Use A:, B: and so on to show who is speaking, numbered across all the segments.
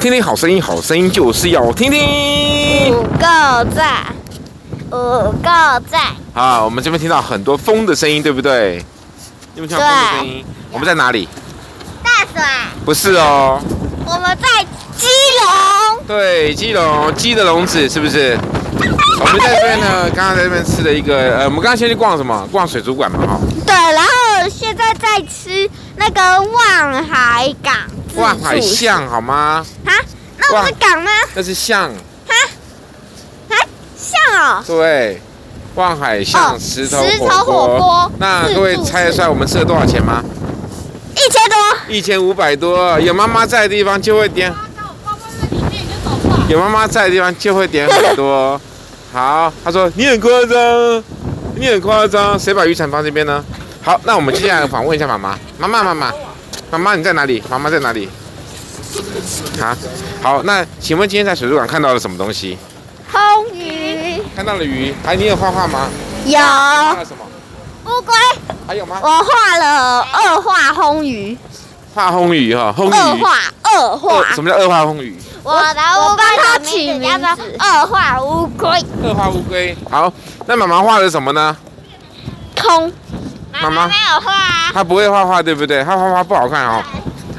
A: 听听好声音，好声音就是要听听。
B: 五够赞，五够赞，
A: 啊，我们这边听到很多风的声音，对不对？你们听到风的声音？我们在哪里？
B: 大水，
A: 不是哦，
B: 我们在基隆，
A: 对，鸡笼，鸡的笼子是不是？我们在这边 呢，刚刚在这边吃了一个，呃，我们刚刚先去逛什么？逛水族馆嘛，哈、
B: 对，然后现在在吃那个望海港自助
A: 望海象好吗？
B: 啊，那不是港吗？
A: 那是象，
B: 啊，像哦，
A: 对，望海象
B: 哦
A: 石头火
B: 石
A: 锅。
B: 头火锅
A: 那
B: 自
A: 各位
B: 助
A: 猜得
B: 式
A: 出来我们吃了多少钱吗？
B: 一千多。
A: 一千五百多。有妈妈在的地方就会点，有妈妈在的地方就会点很多。好，他说你很夸张，你很夸张，谁把渔产放这边呢？好，那我们接下来访问一下妈妈，妈妈，妈妈，妈妈你在哪里？妈妈在哪里？啊，好，那请问今天在水族馆看到了什么东西？
B: 红鱼
A: 看到了鱼，哎，你有画画吗？
B: 有
A: 看到了什么？
B: 乌龟，
A: 还有吗？
B: 我画了二画红鱼，
A: 画红鱼哈，红
B: 二
A: 鱼，
B: 画二画，
A: 什么叫二画红鱼？
B: 我我帮它取名字，二画乌龟
A: 二画乌龟。好，那妈妈画的什么呢？
B: 空。
A: 妈妈
B: 没有画啊，
A: 他不会画画，对不对？他画画不好看哦。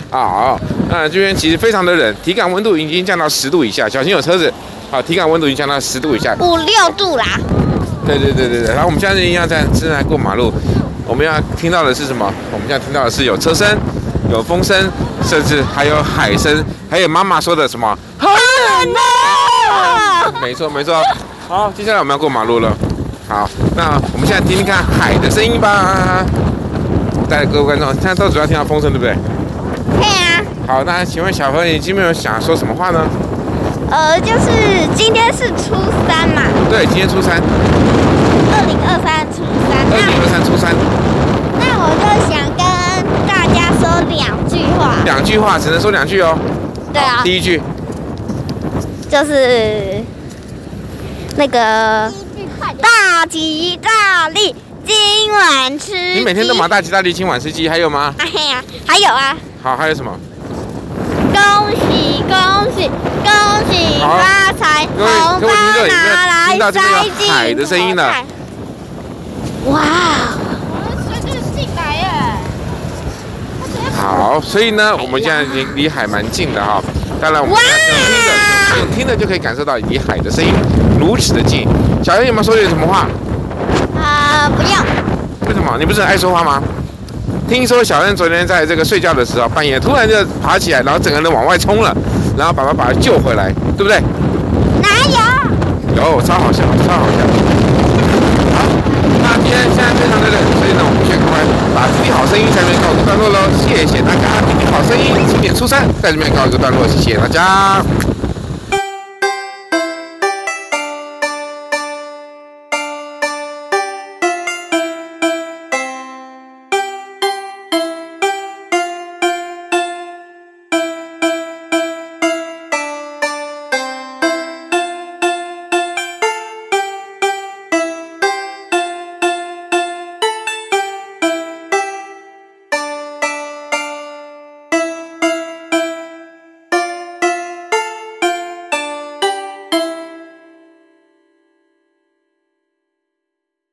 A: 好，那这边其实非常的冷，体感温度已经降到十度以下，小心有车子。好，体感温度已经降到十度以下。
B: 五六度啦，
A: 对对对对对。然后我们现在一样在正在过马路，我们要听到的是什么？我们现在听到的是有车声、有风声，甚至还有海声，还有妈妈说的什么？
B: 好冷哦。
A: 没错没错。好，接下来我们要过马路了。好，那我们现在听听看海的声音吧。带各位观众，现在都主要听到风声，对不对？
B: 对啊，
A: 好，那请问小朋友，你今天有想说什么话呢？
B: 呃，就是今天是初三嘛，
A: 对，今天初三，
B: 二零二三初三，
A: 二零
B: 那
A: 二三初三，
B: 那我就想跟大家说两句话。
A: 两句话只能说两句哦。
B: 对啊
A: 好，第一句，
B: 就是那个大吉大利，今晚吃鸡。
A: 你每天都马大吉大利，今晚吃鸡，还有吗？
B: 哎呀，还有啊，
A: 好，还有什么？
B: 恭喜恭喜恭喜
A: 好
B: 发财，
A: 各位
B: 红
A: 各位
B: 包
A: 听众有没有
B: 拿
A: 听到
B: 来
A: 这边
B: 塞
A: 有
B: 进
A: 海的声音呢
B: 口袋哇哦，
A: 好，所以呢，我们现在离离海蛮近的哈、当然，我们现在用听的，用听的就可以感受到离海的声音如此的近。小燕有没有说点什么话？
B: 啊、不用，
A: 为什么？你不是很爱说话吗？听说小燕昨天在这个睡觉的时候，半夜突然就爬起来，然后整个人往外冲了，然后爸爸把她救回来，对不对？
B: 哪有？
A: 有，超好笑，超好笑。好，那今天现在非常的冷，所以呢，我们先赶快把《听听好声音》下面告一个段落喽。谢谢大家，《听听好声音》经典初三在这边告一个段落，谢谢大家。